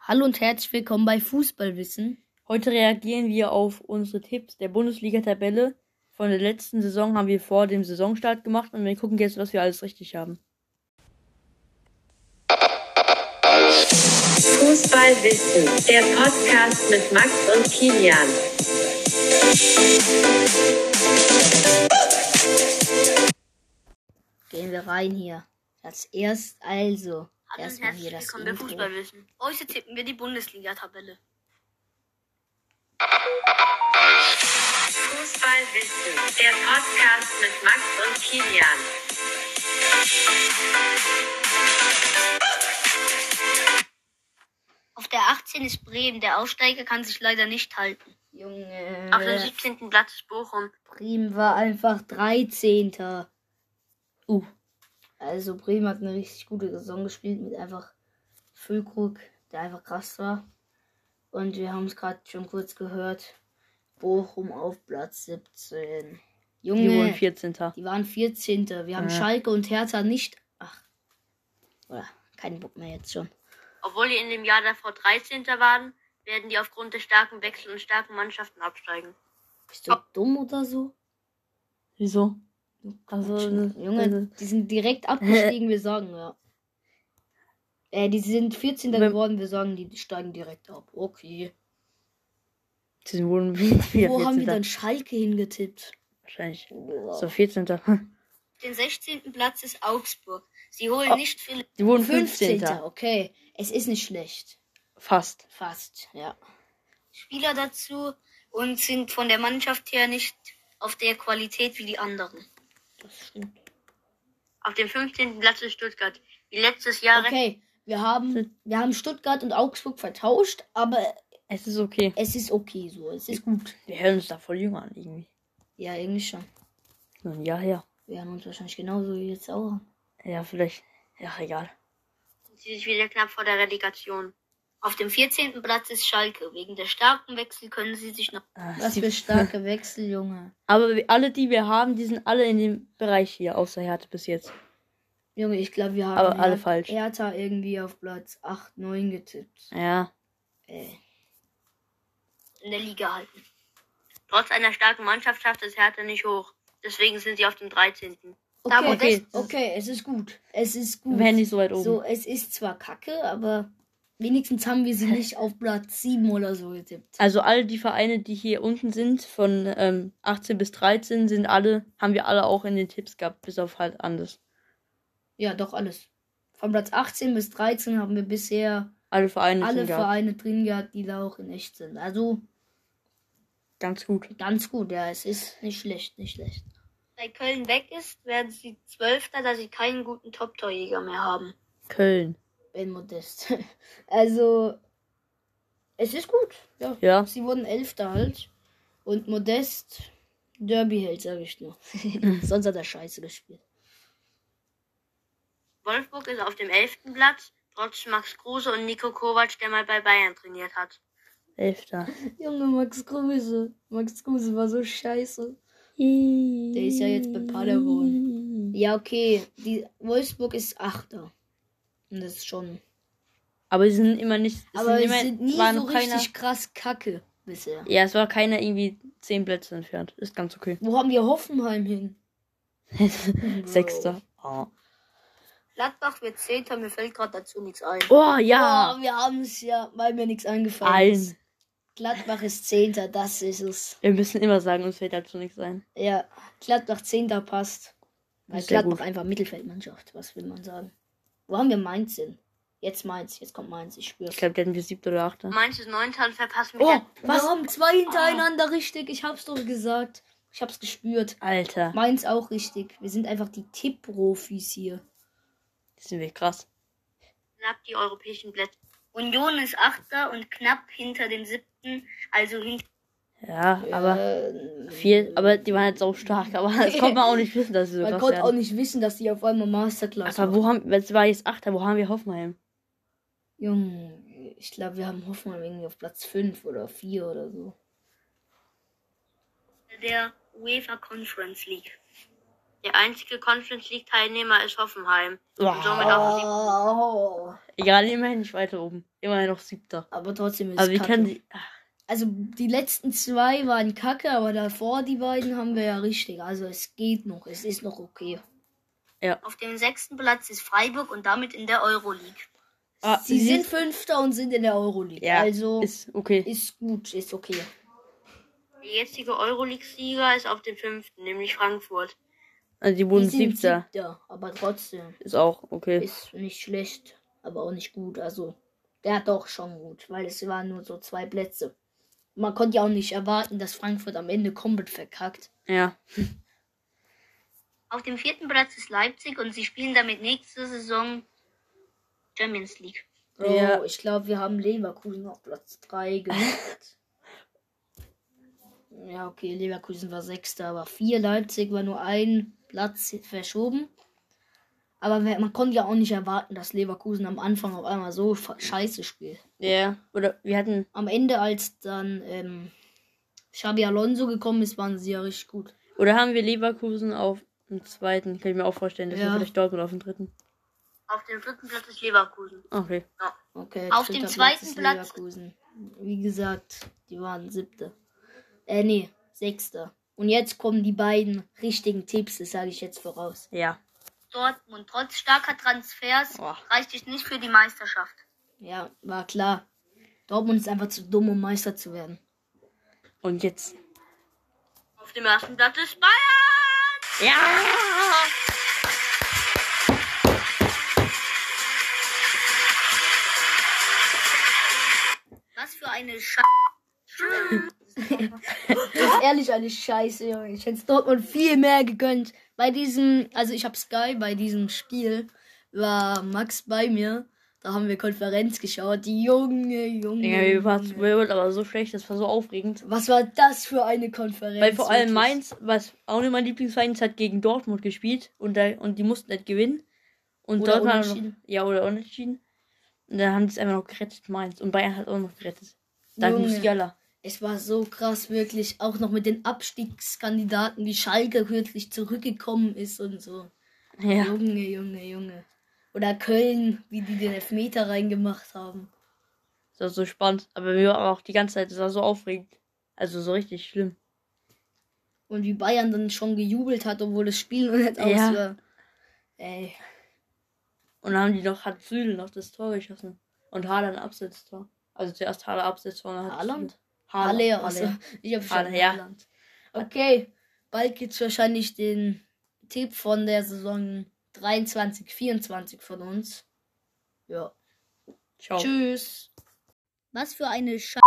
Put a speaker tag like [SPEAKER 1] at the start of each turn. [SPEAKER 1] Hallo und herzlich willkommen bei Fußballwissen.
[SPEAKER 2] Heute reagieren wir auf unsere Tipps der Bundesliga-Tabelle. Von der letzten Saison haben wir vor dem Saisonstart gemacht und wir gucken jetzt, was wir alles richtig haben.
[SPEAKER 3] Fußballwissen, der Podcast mit Max und Kilian.
[SPEAKER 1] Gehen wir rein hier. Das erst also.
[SPEAKER 4] Hallo und
[SPEAKER 1] Erstmal hier
[SPEAKER 4] herzlich
[SPEAKER 1] das
[SPEAKER 4] willkommen bei
[SPEAKER 1] Intro.
[SPEAKER 4] Fußballwissen. Heute tippen wir die Bundesliga-Tabelle.
[SPEAKER 3] Fußballwissen, der Podcast mit Max und Kilian.
[SPEAKER 4] Auf der 18 ist Bremen. Der Aufsteiger kann sich leider nicht halten.
[SPEAKER 1] Junge.
[SPEAKER 4] Auf dem 17. Platz ist Bochum.
[SPEAKER 1] Bremen war einfach 13. Uh. Also Bremen hat eine richtig gute Saison gespielt mit einfach Füllkrug, der einfach krass war. Und wir haben es gerade schon kurz gehört. Bochum auf Platz 17.
[SPEAKER 2] Wir
[SPEAKER 1] Junge,
[SPEAKER 2] wurden 14.
[SPEAKER 1] die waren 14. Wir haben
[SPEAKER 2] Ja.
[SPEAKER 1] Schalke und Hertha nicht. Ach. Oder keinen Bock mehr jetzt schon.
[SPEAKER 4] Obwohl die in dem Jahr davor 13. waren, werden die aufgrund der starken Wechsel und starken Mannschaften absteigen.
[SPEAKER 1] Bist du dumm oder so?
[SPEAKER 2] Wieso?
[SPEAKER 1] Also,
[SPEAKER 2] Also,
[SPEAKER 1] Junge,
[SPEAKER 2] also-
[SPEAKER 1] die sind direkt abgestiegen, wir sagen, ja. Äh, die sind 14.
[SPEAKER 2] Wenn-
[SPEAKER 1] geworden, wir sagen, die steigen direkt ab. Okay.
[SPEAKER 2] Sie wurden wieder
[SPEAKER 1] Wo haben wir
[SPEAKER 2] 14.
[SPEAKER 1] dann Schalke hingetippt?
[SPEAKER 2] Wahrscheinlich. So,
[SPEAKER 1] So.
[SPEAKER 2] 14.
[SPEAKER 4] Den 16. Platz ist Augsburg. Sie holen nicht viel.
[SPEAKER 2] Die wurden 15.
[SPEAKER 1] 15. Okay. Es ist nicht schlecht.
[SPEAKER 2] Fast.
[SPEAKER 1] Fast, ja.
[SPEAKER 4] Spieler dazu und sind von der Mannschaft her nicht auf der Qualität wie die anderen.
[SPEAKER 1] Das stimmt.
[SPEAKER 4] Auf dem 15. Platz ist Stuttgart. Wie letztes Jahr
[SPEAKER 1] Okay, wir haben, wir haben Stuttgart und Augsburg vertauscht, aber
[SPEAKER 2] Es ist okay.
[SPEAKER 1] es ist okay so. Es ist gut.
[SPEAKER 2] Wir hören uns da voll jung an, irgendwie.
[SPEAKER 1] Ja, irgendwie schon.
[SPEAKER 2] So ein Jahr her.
[SPEAKER 1] Wir haben uns wahrscheinlich genauso wie jetzt auch.
[SPEAKER 2] Ja, vielleicht. Ja, egal.
[SPEAKER 4] und sie sich wieder knapp vor der Relegation. Auf dem 14. Platz ist Schalke. Wegen der starken Wechsel können sie sich noch.
[SPEAKER 2] Ah,
[SPEAKER 1] Was
[SPEAKER 2] sie-
[SPEAKER 1] für starke Wechsel, Junge.
[SPEAKER 2] Aber wir- alle, die wir haben, die sind alle in dem Bereich hier, außer Härte bis jetzt.
[SPEAKER 1] Junge, ich glaube, wir haben
[SPEAKER 2] Aber alle
[SPEAKER 1] Her-
[SPEAKER 2] falsch.
[SPEAKER 1] Hertha irgendwie auf Platz 8, 9 getippt. Äh,
[SPEAKER 2] Ja.
[SPEAKER 1] Ey.
[SPEAKER 4] in der Liga halten. Trotz einer starken Mannschaft schafft es Hertha nicht hoch. Deswegen sind sie auf dem 13. Da
[SPEAKER 1] Okay,
[SPEAKER 4] wurde
[SPEAKER 1] okay,
[SPEAKER 4] ich-
[SPEAKER 1] okay, es ist gut. Es ist
[SPEAKER 2] Wir
[SPEAKER 1] gut.
[SPEAKER 2] wären nicht so weit oben.
[SPEAKER 1] so, es ist zwar kacke, aber wenigstens haben wir sie nicht auf Platz 7 oder so getippt.
[SPEAKER 2] Also alle die Vereine, die hier unten sind, von ähm, 18 bis 13, sind alle, haben wir alle auch in den Tipps gehabt, bis auf halt anders.
[SPEAKER 1] Ja, doch alles. Von Platz 18 bis 13 haben wir bisher
[SPEAKER 2] Alle Vereine
[SPEAKER 1] alle
[SPEAKER 2] sind da.
[SPEAKER 1] Vereine drin gehabt, die da auch in echt sind. Also
[SPEAKER 2] Ganz gut.
[SPEAKER 1] ganz gut, ja, es ist nicht schlecht, nicht schlecht.
[SPEAKER 4] Wenn Köln weg ist, werden sie Zwölfter, da sie keinen guten Top-Torjäger mehr haben.
[SPEAKER 2] Köln.
[SPEAKER 1] Bin modest. Also, es ist gut, ja.
[SPEAKER 2] Ja.
[SPEAKER 1] Sie wurden Elfter halt. Und Modest Derby-Held, sage ich nur. Sonst hat er scheiße gespielt.
[SPEAKER 4] Wolfsburg ist auf dem 11. Platz, trotz Max Kruse und Nico Kovac, der mal bei Bayern trainiert hat.
[SPEAKER 2] Elfter.
[SPEAKER 1] Junge, Max Kruse. Max Kruse war so scheiße.
[SPEAKER 2] Der
[SPEAKER 1] ist ja jetzt bei Paderborn. Ja, okay. Die Wolfsburg ist Achter. Und das ist schon.
[SPEAKER 2] Aber sie sind immer nicht. es
[SPEAKER 1] aber
[SPEAKER 2] sind
[SPEAKER 1] sie
[SPEAKER 2] immer,
[SPEAKER 1] sind nie
[SPEAKER 2] war
[SPEAKER 1] so
[SPEAKER 2] noch keiner,
[SPEAKER 1] richtig krass kacke bisher.
[SPEAKER 2] Ja, es war keiner irgendwie 10 Plätze entfernt. Ist ganz okay.
[SPEAKER 1] Wo haben wir Hoffenheim hin?
[SPEAKER 2] Sechster. Oh,
[SPEAKER 4] Gladbach wird Zehnter, mir fällt gerade dazu nichts ein.
[SPEAKER 2] oh
[SPEAKER 1] Ja,
[SPEAKER 2] ja.
[SPEAKER 1] oh, wir haben es ja, weil mir nichts angefallen ist.
[SPEAKER 2] Allen.
[SPEAKER 1] Gladbach ist Zehnter, das ist es.
[SPEAKER 2] Wir müssen immer sagen, uns fällt dazu nichts ein.
[SPEAKER 1] Ja, Gladbach 10. passt. Weil
[SPEAKER 2] Ist sehr
[SPEAKER 1] Gladbach
[SPEAKER 2] gut.
[SPEAKER 1] einfach Mittelfeldmannschaft, was will man sagen? Wo haben wir Mainz hin? Jetzt Mainz, jetzt kommt Mainz, ich spür's.
[SPEAKER 2] Ich glaube, der hatten wir siebter oder achter.
[SPEAKER 4] Mainz ist Neunter und verpassen
[SPEAKER 2] Oh,
[SPEAKER 4] wieder.
[SPEAKER 1] wir
[SPEAKER 2] was?
[SPEAKER 1] haben zwei hintereinander richtig, ich hab's doch gesagt. Ich hab's gespürt.
[SPEAKER 2] Alter.
[SPEAKER 1] Mainz auch richtig. Wir sind einfach die Tipp-Profis hier.
[SPEAKER 2] Das sind wir krass.
[SPEAKER 4] knapp die europäischen Plätze. Union ist Achter und knapp hinter dem Siebten, also hinter
[SPEAKER 2] Ja, aber.
[SPEAKER 1] Ähm,
[SPEAKER 2] Viel, aber die waren jetzt auch stark, aber das konnte man auch nicht wissen, dass sie so
[SPEAKER 1] man
[SPEAKER 2] krass
[SPEAKER 1] konnte auch
[SPEAKER 2] werden.
[SPEAKER 1] nicht wissen, dass die auf einmal Masterclass
[SPEAKER 2] Aber
[SPEAKER 1] machen.
[SPEAKER 2] wo haben, es war jetzt Achter, wo haben wir Hoffenheim?
[SPEAKER 1] Junge, ich glaube, wir haben Hoffmann irgendwie auf Platz 5 oder 4 oder so.
[SPEAKER 4] der UEFA Conference League. Der einzige Conference League Teilnehmer ist Hoffenheim.
[SPEAKER 2] Wow.
[SPEAKER 4] somit auch-
[SPEAKER 1] Oh,
[SPEAKER 2] Egal, immerhin nicht weiter oben. Immerhin noch siebter.
[SPEAKER 1] aber trotzdem ist
[SPEAKER 2] Aber
[SPEAKER 1] es
[SPEAKER 2] wie
[SPEAKER 1] kacke.
[SPEAKER 2] kann sie. Ach,
[SPEAKER 1] Also die letzten zwei waren kacke, aber davor die beiden haben wir ja richtig. Also es geht noch, es ist noch okay.
[SPEAKER 4] Auf dem sechsten Platz ist Freiburg und damit in der Euroleague.
[SPEAKER 2] Ah,
[SPEAKER 1] Sie
[SPEAKER 2] sie-
[SPEAKER 1] sind Fünfter und sind in der Euroleague.
[SPEAKER 2] Ja,
[SPEAKER 1] also ist,
[SPEAKER 2] Ist okay.
[SPEAKER 1] gut, ist okay.
[SPEAKER 4] Der jetzige Euroleague-Sieger ist auf dem fünften, nämlich Frankfurt.
[SPEAKER 2] Also die
[SPEAKER 1] Die
[SPEAKER 2] wurden
[SPEAKER 1] sind
[SPEAKER 2] siebter.
[SPEAKER 1] Siebter, aber trotzdem
[SPEAKER 2] Ist auch okay.
[SPEAKER 1] ist nicht schlecht, aber auch nicht gut. Also der hat doch schon gut, weil es waren nur so zwei Plätze. Man konnte ja auch nicht erwarten, dass Frankfurt am Ende komplett verkackt.
[SPEAKER 2] Ja.
[SPEAKER 4] Auf dem vierten Platz ist Leipzig und sie spielen damit nächste Saison Champions League.
[SPEAKER 1] Oh,
[SPEAKER 2] Ja.
[SPEAKER 1] ich glaube, wir haben Leverkusen auf Platz 3 gemacht. ja, okay, Leverkusen war Sechster, aber vier Leipzig war nur ein Platz verschoben. Aber wer- man konnte ja auch nicht erwarten, dass Leverkusen am Anfang auf einmal so fa- scheiße spielt.
[SPEAKER 2] Ja. Oder wir hatten.
[SPEAKER 1] Am Ende, als dann ähm, Xabi Alonso gekommen ist, waren sie ja richtig gut.
[SPEAKER 2] Oder haben wir Leverkusen auf dem zweiten? Kann ich mir auch vorstellen. Das
[SPEAKER 1] Ja.
[SPEAKER 2] ist vielleicht Dortmund auf dem dritten.
[SPEAKER 4] Auf dem dritten Platz ist Leverkusen.
[SPEAKER 2] Okay.
[SPEAKER 1] Okay,
[SPEAKER 4] Auf dem
[SPEAKER 1] dritter
[SPEAKER 4] zweiten
[SPEAKER 1] ist
[SPEAKER 4] Platz-
[SPEAKER 1] Leverkusen. Wie gesagt, die waren siebte. Äh, nee, sechster. Und jetzt kommen die beiden richtigen Tipps, das sage ich jetzt voraus.
[SPEAKER 2] Ja.
[SPEAKER 4] Dortmund, trotz starker Transfers,
[SPEAKER 2] Boah.
[SPEAKER 4] reicht es nicht für die Meisterschaft.
[SPEAKER 1] Ja, war klar. Dortmund ist einfach zu dumm, um Meister zu werden.
[SPEAKER 2] Und jetzt.
[SPEAKER 4] Auf dem ersten Platz ist Bayern!
[SPEAKER 2] Ja!
[SPEAKER 4] Was für eine Scheiße.
[SPEAKER 1] Das ist ehrlich eine Scheiße, Junge. Ich hätte Dortmund viel mehr gegönnt. Bei diesem, also ich hab Sky, bei diesem Spiel war Max bei mir. Da haben wir Konferenz geschaut. Die Junge, Junge.
[SPEAKER 2] Ja, wir waren
[SPEAKER 1] Junge.
[SPEAKER 2] wir waren aber so schlecht, das war so aufregend.
[SPEAKER 1] Was war das für eine Konferenz?
[SPEAKER 2] Weil vor
[SPEAKER 1] wirklich?
[SPEAKER 2] allem Mainz, was auch nicht mein Lieblingsverein ist, hat gegen Dortmund gespielt und, da, und die mussten nicht gewinnen. Und
[SPEAKER 1] Oder
[SPEAKER 2] Dortmund hat noch,
[SPEAKER 1] unentschieden.
[SPEAKER 2] ja, oder unentschieden. Und dann haben die es einfach noch gerettet, Mainz. Und Bayern hat auch noch gerettet. Dank
[SPEAKER 1] Junge.
[SPEAKER 2] Musiala.
[SPEAKER 1] Es war so krass, wirklich. Auch noch mit den Abstiegskandidaten, wie Schalke kürzlich zurückgekommen ist und so.
[SPEAKER 2] Ja.
[SPEAKER 1] Junge, Junge, Junge. Oder Köln, wie die den Elfmeter reingemacht haben.
[SPEAKER 2] Das war so spannend. Aber wir waren auch die ganze Zeit, das war so aufregend. Also so richtig schlimm.
[SPEAKER 1] Und wie Bayern dann schon gejubelt hat, obwohl das Spiel noch nicht
[SPEAKER 2] Ja.
[SPEAKER 1] aus war. Ey,
[SPEAKER 2] Und dann haben die noch, hat Süle noch das Tor geschossen. Und Haaland Absetztor. Also zuerst Haaland Absetztor und dann hat
[SPEAKER 1] Haaland?
[SPEAKER 2] Haaland.
[SPEAKER 1] Halle,
[SPEAKER 2] Haaland.
[SPEAKER 1] also, ich hab schon
[SPEAKER 2] Halle, ja.
[SPEAKER 1] Haaland. Okay, bald gibt's wahrscheinlich den Tipp von der Saison 23, 24 von uns. Ja.
[SPEAKER 2] Ciao.
[SPEAKER 1] Tschüss. Was für eine Scheiße.